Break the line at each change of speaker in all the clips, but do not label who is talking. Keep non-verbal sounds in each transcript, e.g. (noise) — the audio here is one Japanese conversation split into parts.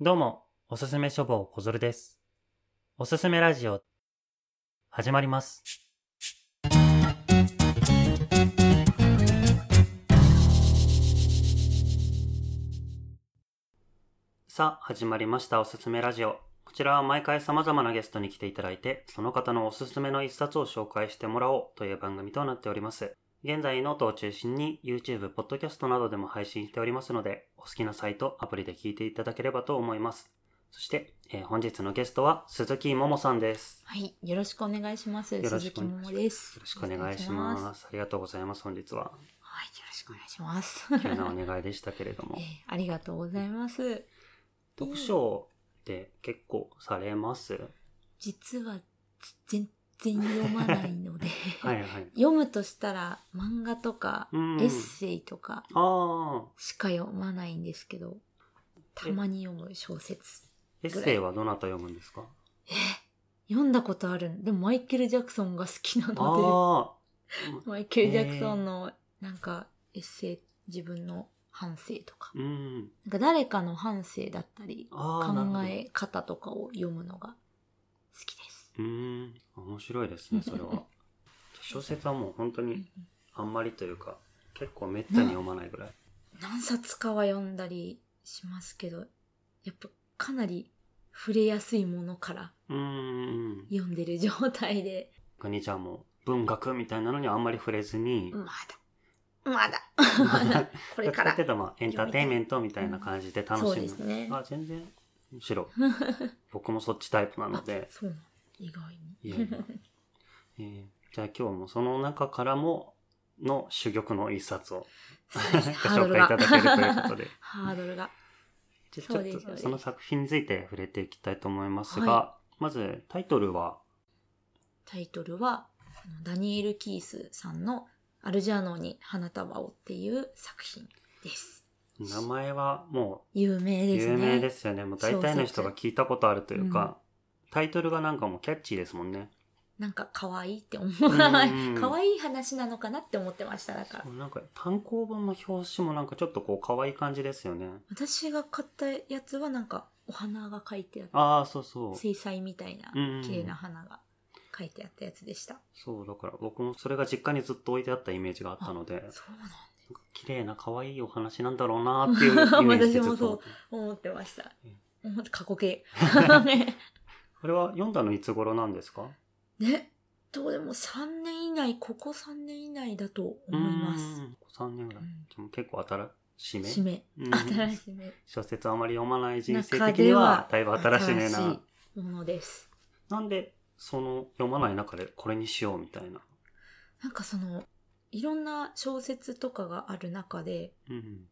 どうも、おすすめ書房小鶴です。おすすめラジオ、始まります。さあ、始まりました。おすすめラジオ。こちらは毎回様々なゲストに来ていただいて、その方のおすすめの一冊を紹介してもらおうという番組となっております。現在ノートを中心に YouTube、Podcast などでも配信しておりますので、お好きなサイト、アプリで聞いていただければと思います。そして、えー本日のゲストは鈴木ももさんです。
はい、よろしくお願いします。
よろ
鈴
しく
木
お願いし
も
ます
もです。
よろしくお願いします。
はい、よ
ありがとうございます、本日は。
ろしくお願いします。
急なお願いでしたけれども
(laughs)
(laughs)
えー。ありがとうございます。
読書って結構されます
実は全然読まないので、
(laughs) はいはい。
読むとしたら漫画とか、
うん
エッセイとか
ああ、
しか読まないんですけど、たまに読む小説。
エッセイはどなた読むんですか
読んだことあるんでもマイケル・ジャクソンが好きなの
あ
で、マイケル・ジャクソンのなんかエッセイ、自分の反省とか
あ、、うん。
なんか誰かの反省だったり、
ああ、なるほ
考
ど。
え方とかを読むのが好きです。
うーん、面白い
(laughs)
ですね、それは。小説はもう本当にあんまりというか、結構めったに読まないぐらい。
何冊かは読んだりしますけど、やっぱかなり触れやすいものから
うーん。
読んでる状態で、
国ちゃんも文学みたいなのにあんまり触れずに、
まだ、まだ、まだ、 (laughs) これか
どっちってい
ら
う。とまあエンターテインメントみたいな感じで楽
そう
し
です
む。
ね。
あ、全然、むし
(laughs)
ろ、僕もそっちタイプなので
あ、そうなの意外に。
いやいやえーじゃあ今日もその中からも、の珠玉の一冊を
(laughs) そう
(laughs) ご
ですね (laughs) ハー
紹
ドル
介い
が
た。だけるということで。
ハードルが。
じゃあ
そ
ち
うで
ょ
す
っ
よ
と
ね
その作品について触れていきたいと思いますが、
は
まずタイトルは、
タイトルは、あのダニエル・キースさんのアルジャーノンに花束をっていう作品です。
名前はも
有名
う
ですね。
有名ですよね。もう大体の人が聞いたことあるというか、タイトルがなんかもうキャッチーですもんね。
なんか可愛いって思わない
うん。
可愛い話なのかなって思ってました、だから。
なんか単行本の表紙もなんかちょっとこう可愛い感じですよね。
私が買ったやつはなんかお花が書いてあった。
ああ、そうそう。
水彩みたいな
うん
綺麗な花が書いてあったやつでした。
そう、だから僕もそれが実家にずっと置いてあったイメージがあったので、
そうなん
綺麗な可愛いお話なんだろうなっていうイメージで
(laughs)
ずっと思って
思ってました
うん。
思って過
(laughs)
去形。
これは読んだのいつ頃なんですか
ね。どうでも3年以内、ここ3年以内だと思います。
3年ぐらい。
うん
でも結構新し
締
め。う
め。
ん
新しめ。
小説あまり読まない人生
中
的
で
には
は
だいぶ新しめ
新
な。
しいものです。
なんでその読まない中でこれにしようみたいな。
なんかそのいろんな小説とかがある中で
うん。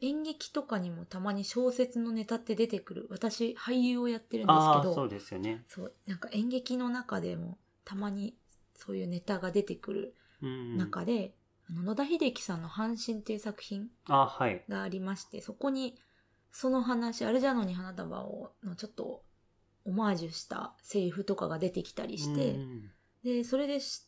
演劇とかにもたまに小説のネタって出てくる私俳優をやってるんです
ああ
け
ー、
ど
そうですよね。
そうなんか演劇の中でもたまにそういうネタが出てくる
うん。
中で、あの野田秀樹さんの「阪神」っていう作品
あはい。
がありましてそこにその話「アルジャノに花束を」のちょっとオマージュしたセリフとかが出てきたりして。
うん
で、それでし、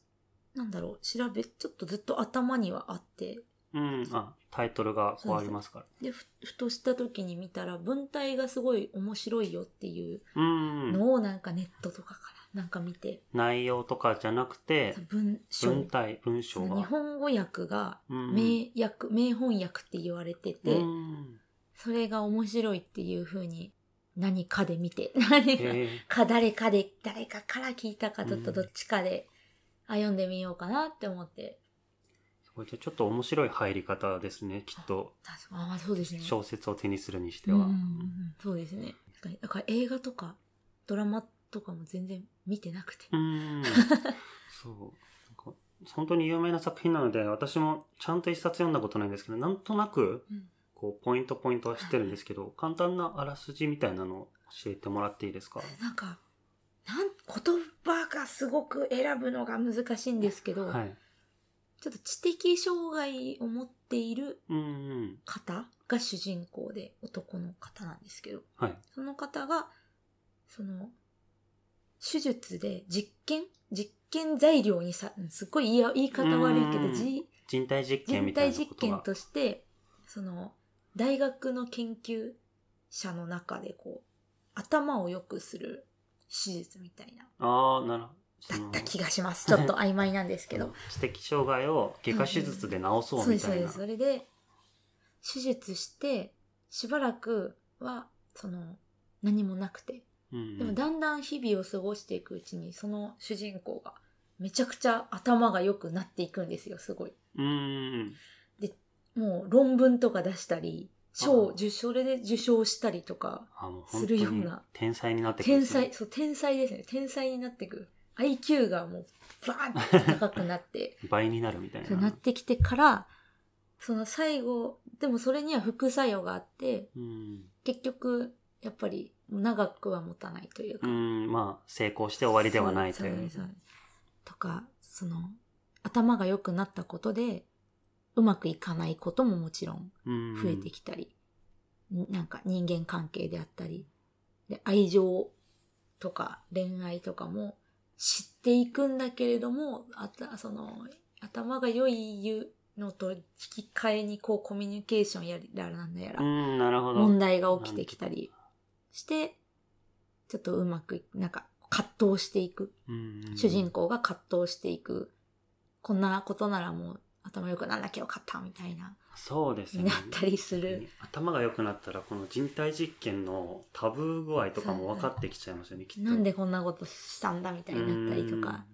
なんだろう、調べ、ちょっとずっと頭にはあって、
うん。うんあ、タイトルがこうありますから。
で、ふふとした時に見たら、文体がすごい面白いよっていう
うん。
のをなんかネットとかからなんか見て、
内容とかじゃなくて、
文章、
文体、文章
その日
が。
本語訳が
うん
名訳、名翻訳って言われてて、
うん
それが面白いっていう風に何かで見て、何か、
へえ
か誰かで、誰かから聞いたか、ちょっ
う
と
ん
どっちかで、あ、読んでみようかなって思って、
これじゃちょっと面白い入り方ですね、きっと。
確かああ、そうですね。
小説を手にするにして
うんうん
は
う。んそうですねだからだから映画とかドラマとかも全然見てなくて、
うーん (laughs) そうなんか本当に有名な作品なので私もちゃんと一冊読んだことないんですけどなんとなく
うん
こうポイントポイントは知ってるんですけ (laughs) ど簡単なあらすじみたいなのを教えてもらっていいですか
なんかなん言葉がすごく選ぶのが難しいんですけど、
はい
ちょっと知的障害を持っている
うんうん
方が主人公で男の方なんですけど
はい
その方がその手術で実験実験材料にさうんすっごい言い言い方悪いけ
うん
どじ
人体実験
人
みたいな
体実
こと
験
が
としてその大学の研究者の中でこう頭を良くする手術みたいな
ああ、なるほど。
だった気がしますちょっと曖昧なんですけど
知的障害を外科手術で治そう
そうで
み
すそ
た
う
い
で
な。
すそれで手術してしばらくはその何もなくて
うん
でもだんだん日々を過ごしていくうちにその主人公がめちゃくちゃ頭が良くなっていくんですよすごい
うん。
もう論文とか出したり賞
ああ
受賞それで受賞したりとか
あもう
す
本当
るよう
に
な
天才になってくるん
天
ですね、
才そう天才ですね天才になってく IQ がもうバーンって高くなって
(laughs) 倍になるみたい
そう
な。
なってきてから、その最後、でもそれには副作用があって、
うん。
結局、やっぱり長くは持たないという
う
か。
ん、まあ、成功して終わりではないと
そう
い
そう
う。
そうとか、その、頭が良くなったことで、うまくいかないことももちろん
うん
増えてきたり、んなんか人間関係であったり、で愛情とか恋愛とかも知っていくんだけれども、あたその頭が良いゆのと引き換えにこうコミュニケーションやらなんだやら、
うん、なるほど。
問題が起きてきたりして、ちょっとうまくい、なんか葛藤していく。主人
公。
公が葛藤していく。こんなことならもう頭良くなんなきゃよかったみたいな、
そうです
に
ね
な。ったりする。
頭が良くなったら、この人体実験のタブー具合とかも分かってきちゃいますよね、きっと。
なんでこんなことしたんだみたいになったりとか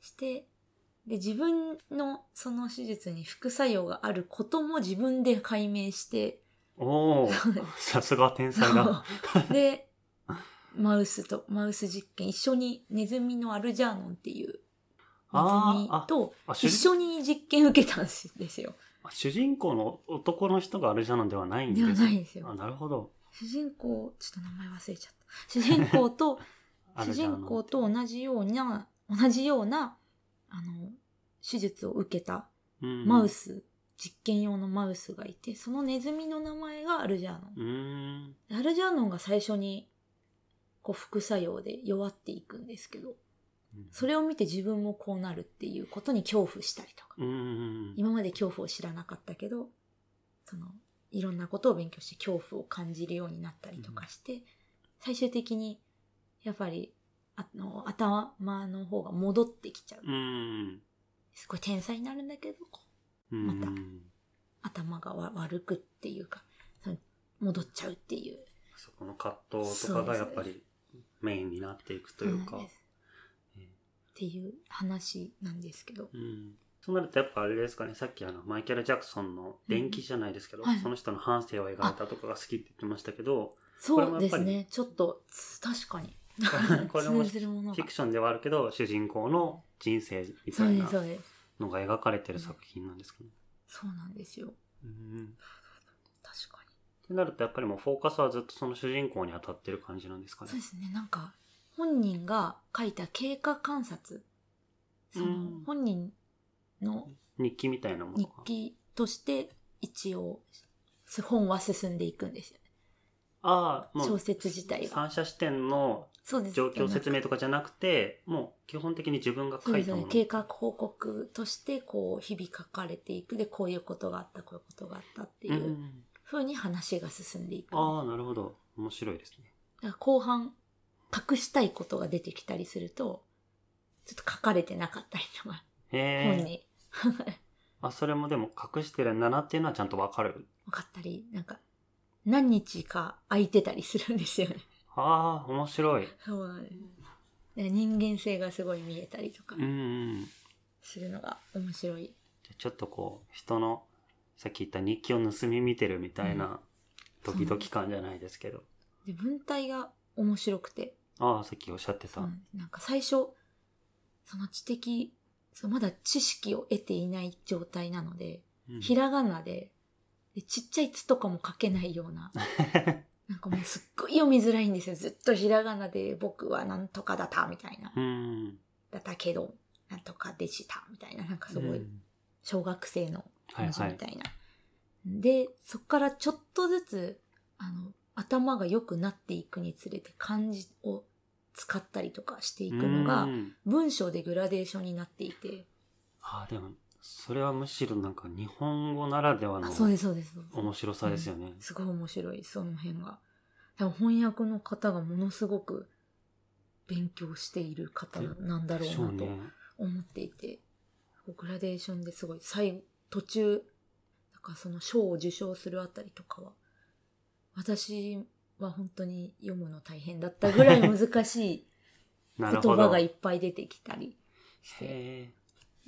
して、で、自分のその手術に副作用があることも自分で解明して、
うん。おお、さすが天才だ。
で、マウスと、マウス実験、一緒にネズミのアルジャーノンっていうネズミ
あー
と
あ主
一
人
緒に実験受けたんですよ。
主人公の男の人があれじゃなんではないんで
ですはないですよ。
あ、なるほど。
主人公、ちょっと名前忘れちゃった。主人
(laughs)
公と、
あ
主
れじゃ
人公と同じような、同じような、あの、手術を受けた
うん
マウ。ス、実験用のマウスがいて、そのネズミの名前がアルジャーノン。
うん。
アルジャーノンが最初に、こう、副作用で弱っていくんですけど、それを見て自分もこうなるっていうことに恐怖したりとか、
うんうんうん。
今まで恐怖を知らなかったけど、その、いろんなことを勉強して恐怖を感じるようになったりとかして、最終的に、やっぱり、あの、頭の方が戻ってきちゃう。
うん。
すごい天才になるんだけど、こう
うん
また頭がわ悪くっていうかその戻っちゃうっていう
そこの葛藤とかがやっぱりメインになっていくというか
うんっ
ええ
ていう話なんですけど
うんそうなるとやっぱあれですかねさっきあのマイケル・ジャクソンの「電気」じゃないですけど、
うんはい
その人の半生を描いたとかが好きって言ってましたけどこれも
そう
や
で
っぱ
す
り
ねちょっとつ確かに
(laughs) これも
通ずるもの
フィ
が
クションではあるけど主人公の人生み
そ
た
う
い
で
な
すそうです
のが描かれてる作品なんですけど、
そうなんですよ
うん、っ
確かに
てなるとやっぱりもうフォーカスはずっとその主人公に当たってる感じなんですかね
そうですねなんか本人が書いた経過観察その、
うん
本人の
日記みたいなもの
日
が
記として一応本は進んでいくんですよね
ああも
小
う
説自体は
三者視点の
そうです
状況説明とかじゃなくてもう基本的に自分が
そ
書
うで
い
す
たも
ね
の。
経過報告として、こう、日々書かれていく。で、こういうことがあった、こういうことがあったって
う
い
んう
うん風に話が進んでいく。
ああなるほど面白いですね
だから後半、隠したいことが出てきたりすると、ちょっと書かれてなかったりとか、
へ
本
え
に
あそれもでも隠してるんだなっていうのはちゃんとわかる
分かったり、なんか、何日か空いてたりするんですよね。 (laughs)
ああ面白い
そうなんです。だから人間性がすごい見えたりとか
うんうん
するのが面白い。
じゃあちょっとこう人のさっき言った日記を盗み見てるみたいなドキドキ感じゃないですけど、
で、文体が面白くて、
ああさっきおっしゃってた、
うんなんか最初、その知的、そうまだ知識を得ていない状態なので、
うん
ひらがなでで、ちっちゃいつとかも書けないよ
(laughs)
うな、なんかもうすっごい読みづらいんですよ。ずっとひらがなで僕はなんとかだったみたいな、
うん
だったけど、なんとかでしたみたいな、なんかすご
う
い
ん
小学生の
はい
文字
は
み
い
たいな。で、そっからちょっとずつ、あの、頭が良くなっていくにつれて漢字を使ったりとかしていくのが、
うん
文章でグラデーションになっていて、
ああでもそれはむしろなんか日本語ならではの
あそうですそうですそうです
面白さですよね、
すごい面白いその辺が多分翻訳の方がものすごく勉強している方なんだろう
そう
なと
ね。
思っていて、グラデーションですごい最途中なんかその賞を受賞するあたりとかは私は本当に読むの大変だったぐらい難しい
(laughs) な
言
るほど。
葉がい
へ
っぱい出てきたりして
え。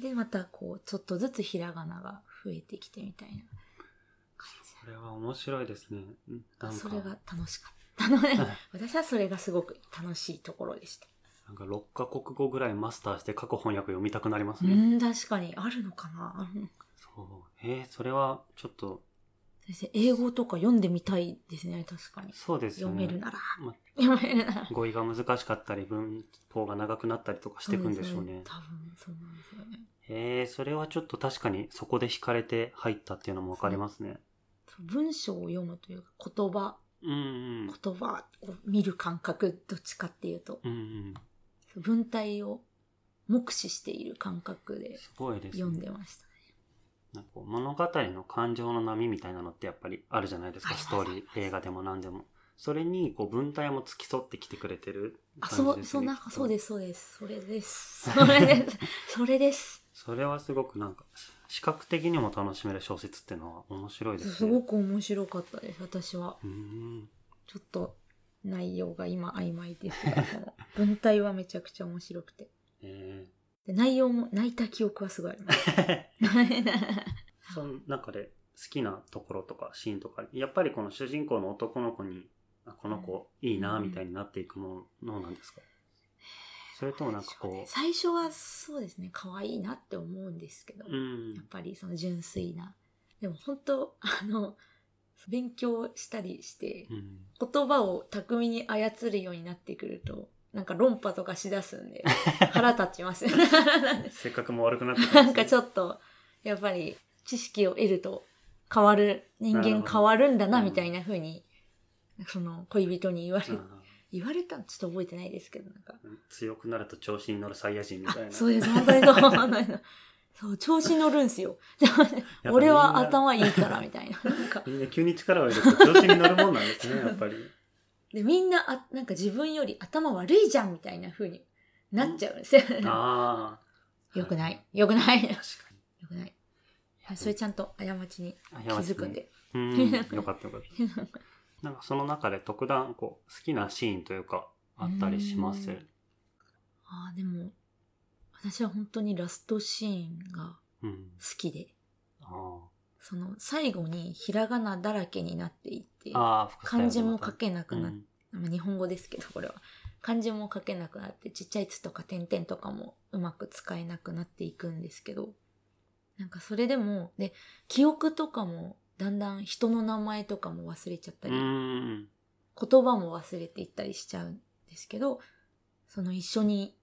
でまたこうちょっとずつひらがなが増えてきてみたいな
これは面白いですね。なん
そ
か、
れが楽しかったの
(laughs)
私はそれがすごく楽しいところでした。
なんか6カ国語ぐらいマスターして過去翻訳読みたくなります
う
ね。
ん、確かにあるのかなあるの
そう。えー、それはちょっと、
先生英語とか読んでみたいですね確かに
そうですよ
読
ね。
めるなら、
ま
読めるなら
語彙が難しかったり、文法が長くなったりとかしていくんでしょうね。
多分そうなんですよね
えー、それはちょっと確かにそこで惹かれて入ったっていうのもわかりますね。
文章を読むというか言葉
うんうん。
言葉を見る感覚どっちかっていうと
うんうん。
文体を目視している感覚です
ごいですね。
読んでましたね
なんかこう物語の感情の波みたいなのってやっぱりあるじゃないです
あ
か、
ります
ストーリー、映画でも何でも。それにこう文体も付き添ってきてくれてる
あ
感
そ
じ
う
です
そう
ね。
なんかそう
す。
ですそうですそれで
(laughs)
すそれですそれです
それはすごくなんか、視覚的にも楽しめる小説っていうのは面白いですね。
すごく面白かったです私は
うーん。
ちょっと内容が今曖昧ですがその文体はめちゃくちゃ面白くて
えー
で内容も泣いた記憶はすごいあります
(laughs) その中で好きなところとかシーンとか、やっぱりこの主人公の男の子に、あこの子いいなみたいになっていくものなんですか、それともなんかこ
最初はそうですね可愛いなって思うんですけど、
う、うん
やっ。ぱりその純粋なでも本当あの勉強したりして
うん
言葉を巧みに操るようになってくるとなんか論破とかしだす
(laughs)
んで腹立ちますよね
性格も悪くなってき
なんかち
っ
ょっと、やっぱり知識を得ると変わる、人間変わるんだな、
なる
み
ほ
た
ど
いな風に、その恋人に言われ、
うん
言われたのちょっと覚えてないですけど、なんか。
強くなると調子に乗るサイヤ人み
あ
たいな。
そうです、本当にそう、本当にそう。そう、調子乗るんすよ。でもね
やっぱみんな
俺は。頭いいから、みたいな。なんか。
みんな急に力を入れると調子に乗るもんなんです
(laughs)
ね、やっぱり。
で、みんな、あなんか自分より頭悪いじゃん、みたいな風になっちゃうんですよ。
ああ。
よくない。。よくない。よ
確かに。
くない。それちゃんと過ちに
あ
気づくん。で。
うん、
(laughs)
よかったよかった。なんかその中で特段こう好きなシーンというかあったりします。
うんああ、でも、私は本当にラストシーンが
うん。
好きで、
あ
その最後にひらがなだらけになっていって
あ、ああ複雑だよ
漢
ね
字も書
また
けなくな
う
っ
ん
まあ日本語ですけど、これは。漢字も書けなくなって、ちっちゃい「つ」とか点々とかもうまく使えなくなっていくんですけど、なんかそれでも、で、記憶とかもだんだん人の名前とかも忘れちゃった
うん。
り、言葉も忘れていったりしちゃうんですけど、その一緒に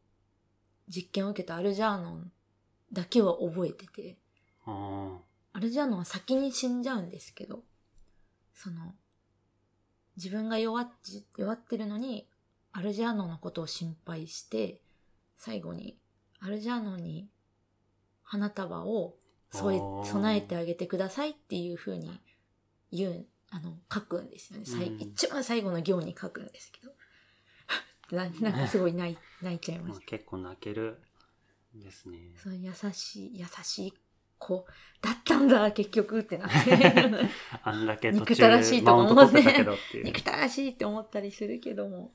実験を受けたアルジャーノンだけは覚えてて、
ああ。
アルジャーノンは先に死んじゃうんですけど、その、自分が弱っち、弱ってるのに、アルジャーノンのことを心配して、最後に、アルジャーノンに花束を添え
あー、
備えてあげてくださいっていうふうに言う、あの、書くんですよね。さい
うん
一番最後の行に書くんですけど。 (laughs) ななんかすごい泣い泣いちゃいま
ま
し
あ
た。
結構泣けるですね。
その優しい、優しい子だったんだ、結局って
(laughs)
なって。
あんだけ途
憎たらし
中
いとか
マウント取ってたけどっていう
憎。たらしいって思ったりするけども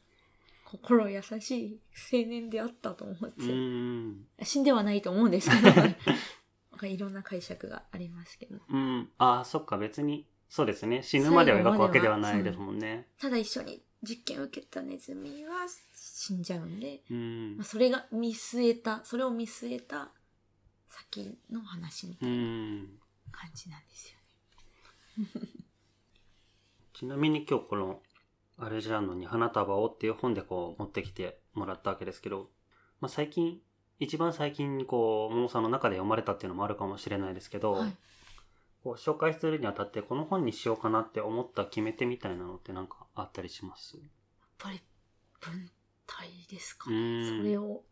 心優しい青年であったと思っ
う
て、
ん。
死んではないと思うんですけど (laughs) なんかいろんな解釈がありますけど
うん。ああ、そっか、別に。そうですね。死ぬまでは描くわけではないですもんね。
ただ一緒に実験を受けたネズミは死んじゃうんで、
うん
まあ、。それが見据えたそれを見据えた先の話みた
う。
いなん感じなんですよね。
ちなみに今日この、アルジャーノンに花束をっていう本でこう持ってきてもらったわけですけど、まあ最近、一番最近こう、モモさんの中で読まれたっていうのもあるかもしれないですけど、
はい
こう紹介するにあたってこの本にしようかなって思った決め手みたいなのってなんかあったりします
やっぱり文体ですか
う
ね。
ん
それを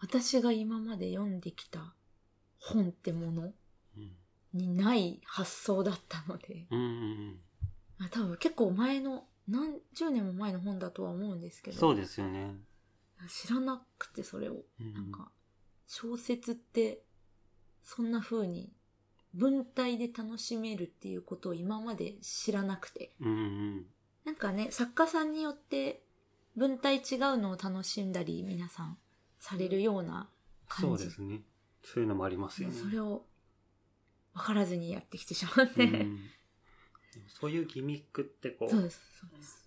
私が今まで読んできた本ってもの
うん。
にない発想だったので、
うんうん
まあ、多分結構前の何十年も前の本だとは思うんですけど
そうですよね。
知らなくてそれを、
うん
なんか小説ってそんな風に文体で楽しめるっていうことを今まで知らなくて
うんうん。
なんかね作家さんによって文体違うのを楽しんだり皆さんされるような
そ
感
う
じ
ですね。そういうのもありますよね。
それを分からずにやってきてしまって、
うんでもそういうギミックってこ
そう
う、
ですそうです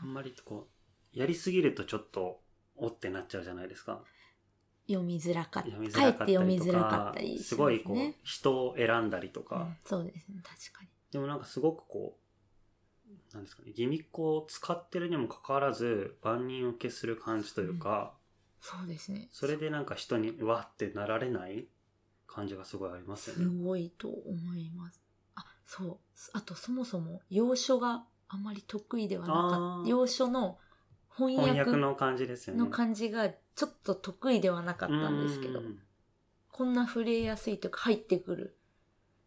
あんまりこう、やりすぎるとちょっと、おってなっちゃうじゃないですか。
読みづらかっ
読み
た
づ
か
ら
えって
かったり
読み
と
づらか
か
ったりします、ね、
すごいこう、人を選んだりと
う
か
ん、そうですね確かに
でもなんかすごくこう、なんですかね、ギミックを使ってるにもかかわらず、万人受けする感じというか、
そうですね
それでなんか人に、うわってなられない感じがすごいありますよ
す
ね。
ごいと思います。あ、そう。あとそもそも、要所があまり得意ではなか
あ
っ
ー
た。要所の翻
翻
訳
訳の感じですよね。
の感じがちょっと得意ではなかったんですけど
う、ん
こんな触れやすいというか入ってくる、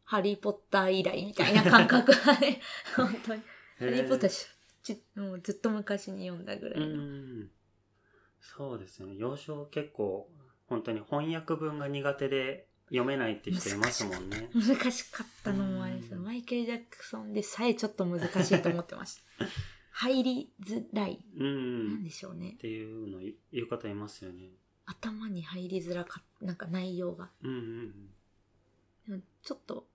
ハリーポッター以来みたいな感覚が
(laughs)
ね、本当に。ハリーポッターしちもうずっと昔に読んだぐら
う
いの。
んそうですよね幼少結構本当に翻訳文が苦手で読めないって人いますも
(laughs)
んね
難しかったのもあれです
うん
マイケル・ジャクソンでさえちょっと難しいと思ってました。 (laughs) 入りづらい。
う
なん
ん
でしょうね
っ。ていうの言う方いますよね
頭に入りづらかった、なんか内容が。
うんうん
でもちょっと、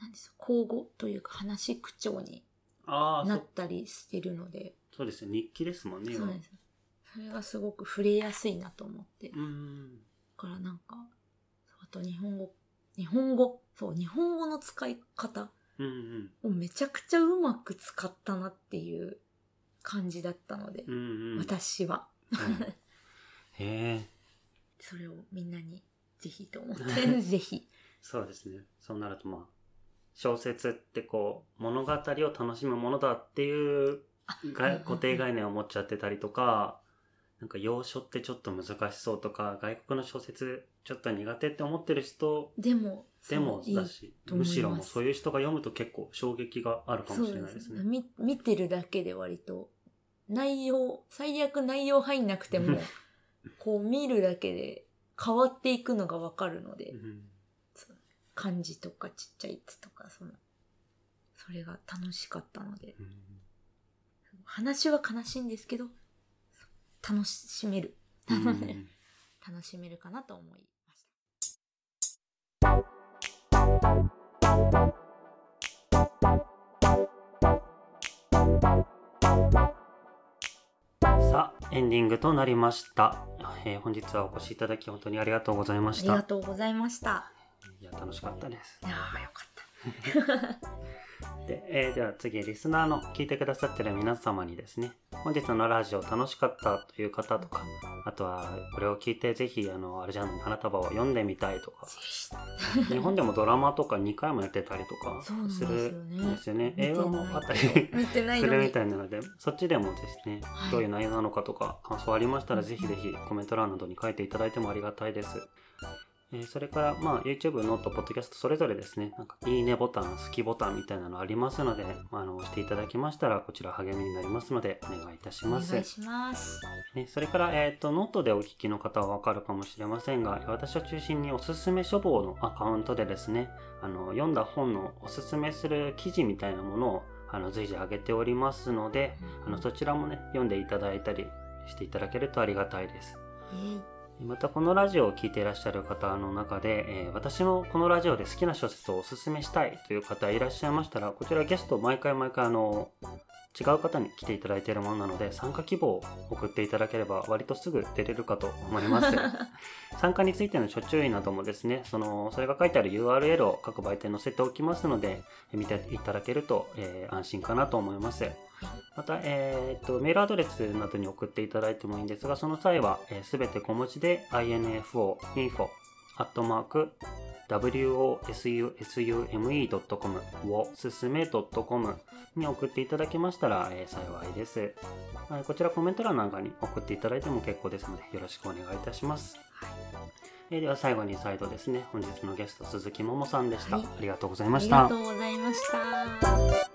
なんですか、口語というか話し口調に
ああ
な
そ
ったりしてるので、
そうですね日記ですもんね
そう
今
なんです。それがすごく触れやすいなと思って。だ
うん
からなんか、あと日本語、日本語、そう、日本語の使い方
うんうん
をめちゃくちゃうまく使ったなっていう感じだったので、
うんうん
私は。
うん
(laughs)
へえ
それをみんなにぜひと
(laughs)
思って、 (laughs) ぜひ。
そうですねそうなるとまあ小説ってこう物語を楽しむものだっていう
あ
が固定
が
概念を持っちゃってたりとか、なんか洋書ってちょっと難しそうとか、外国の小説ちょっと苦手って思ってる人
でも、
でも
そういい
だし、
と思
む
います
しろもうそういう人が読むと結構衝撃があるかもしれないです
そう
ね。
み見てるだけで割と内容最悪内容入んなく
(laughs)
てもこう見るだけで変わっていくのがわかるので
うん
漢字とかちっちゃいやつとかそのそれが楽しかったので
うん
話は悲しいんですけど楽しめる
う
(laughs) 楽
ん
しめるかなと思いました。
さあ、エンディングとなりました。えー本日はお越しいただき本当にありがとうございま
あ
し
りが
た。
とうございました。
いや、楽しかったです
い。やーよかった。
で、えーでは次リスナーの聞いてくださってる皆様にですね本日のラジオ楽しかったという方とかあとはこれを聞いてぜひあのあれじゃん花束を読んでみたいとか
ぜひ
日本でもドラマとか2回もやってたりとか
そうなんですすよね
るんですよね
見て
映
ない
画もあったり
見てない
す
の
るみ
に
たいなのでそっちでもですね
はい
どういう内容なのかとか感想ありましたらぜひぜひコメント欄などに書いていただいてもありがたいです。えーそれから、まあ、YouTube、ノート、ポッドキャスト、それぞれですね、なんか、いいねボタン、好きボタンみたいなのありますので、まあ、あの、押していただきましたら、こちら励みになりますので、お願いいたし
お
ます。
願いします。
ね、それから、えっ、と、ノートでお聞きの方はわかるかもしれませんが、私を中心におすすめ書房のアカウントでですね、あの、読んだ本のおすすめする記事みたいなものを、あの、随時上げておりますので、あの、そちらもね、読んでいただいたりしていただけるとありがたいです。
イエイ
またこのラジオを聴いていらっしゃる方の中で、えー私のこのラジオで好きな小説をおすすめしたいという方いらっしゃいましたらこちらゲスト毎回毎回あの違う方に来ていただいているものなので参加希望を送っていただければ割とすぐ出れるかと思います参加についての諸注意などもですねそのそれが書いてある URL を各媒体に載せておきますので見ていただけると、えー安心かなと思いますまた、えーっとメールアドレスなどに送っていただいてもいいんですがその際はすべ、全て小文字で info info アットマーク wosusume.com をすすめ .com に送っていただけましたら、えー幸いです、はいこちらコメント欄なんかに送っていただいても結構ですのでよろしくお願いいたします、えーでは最後に再度ですね本日のゲスト鈴木桃さんでした、
はい
ありがとうござい
あ
ま
り
し
が
た
とうございました。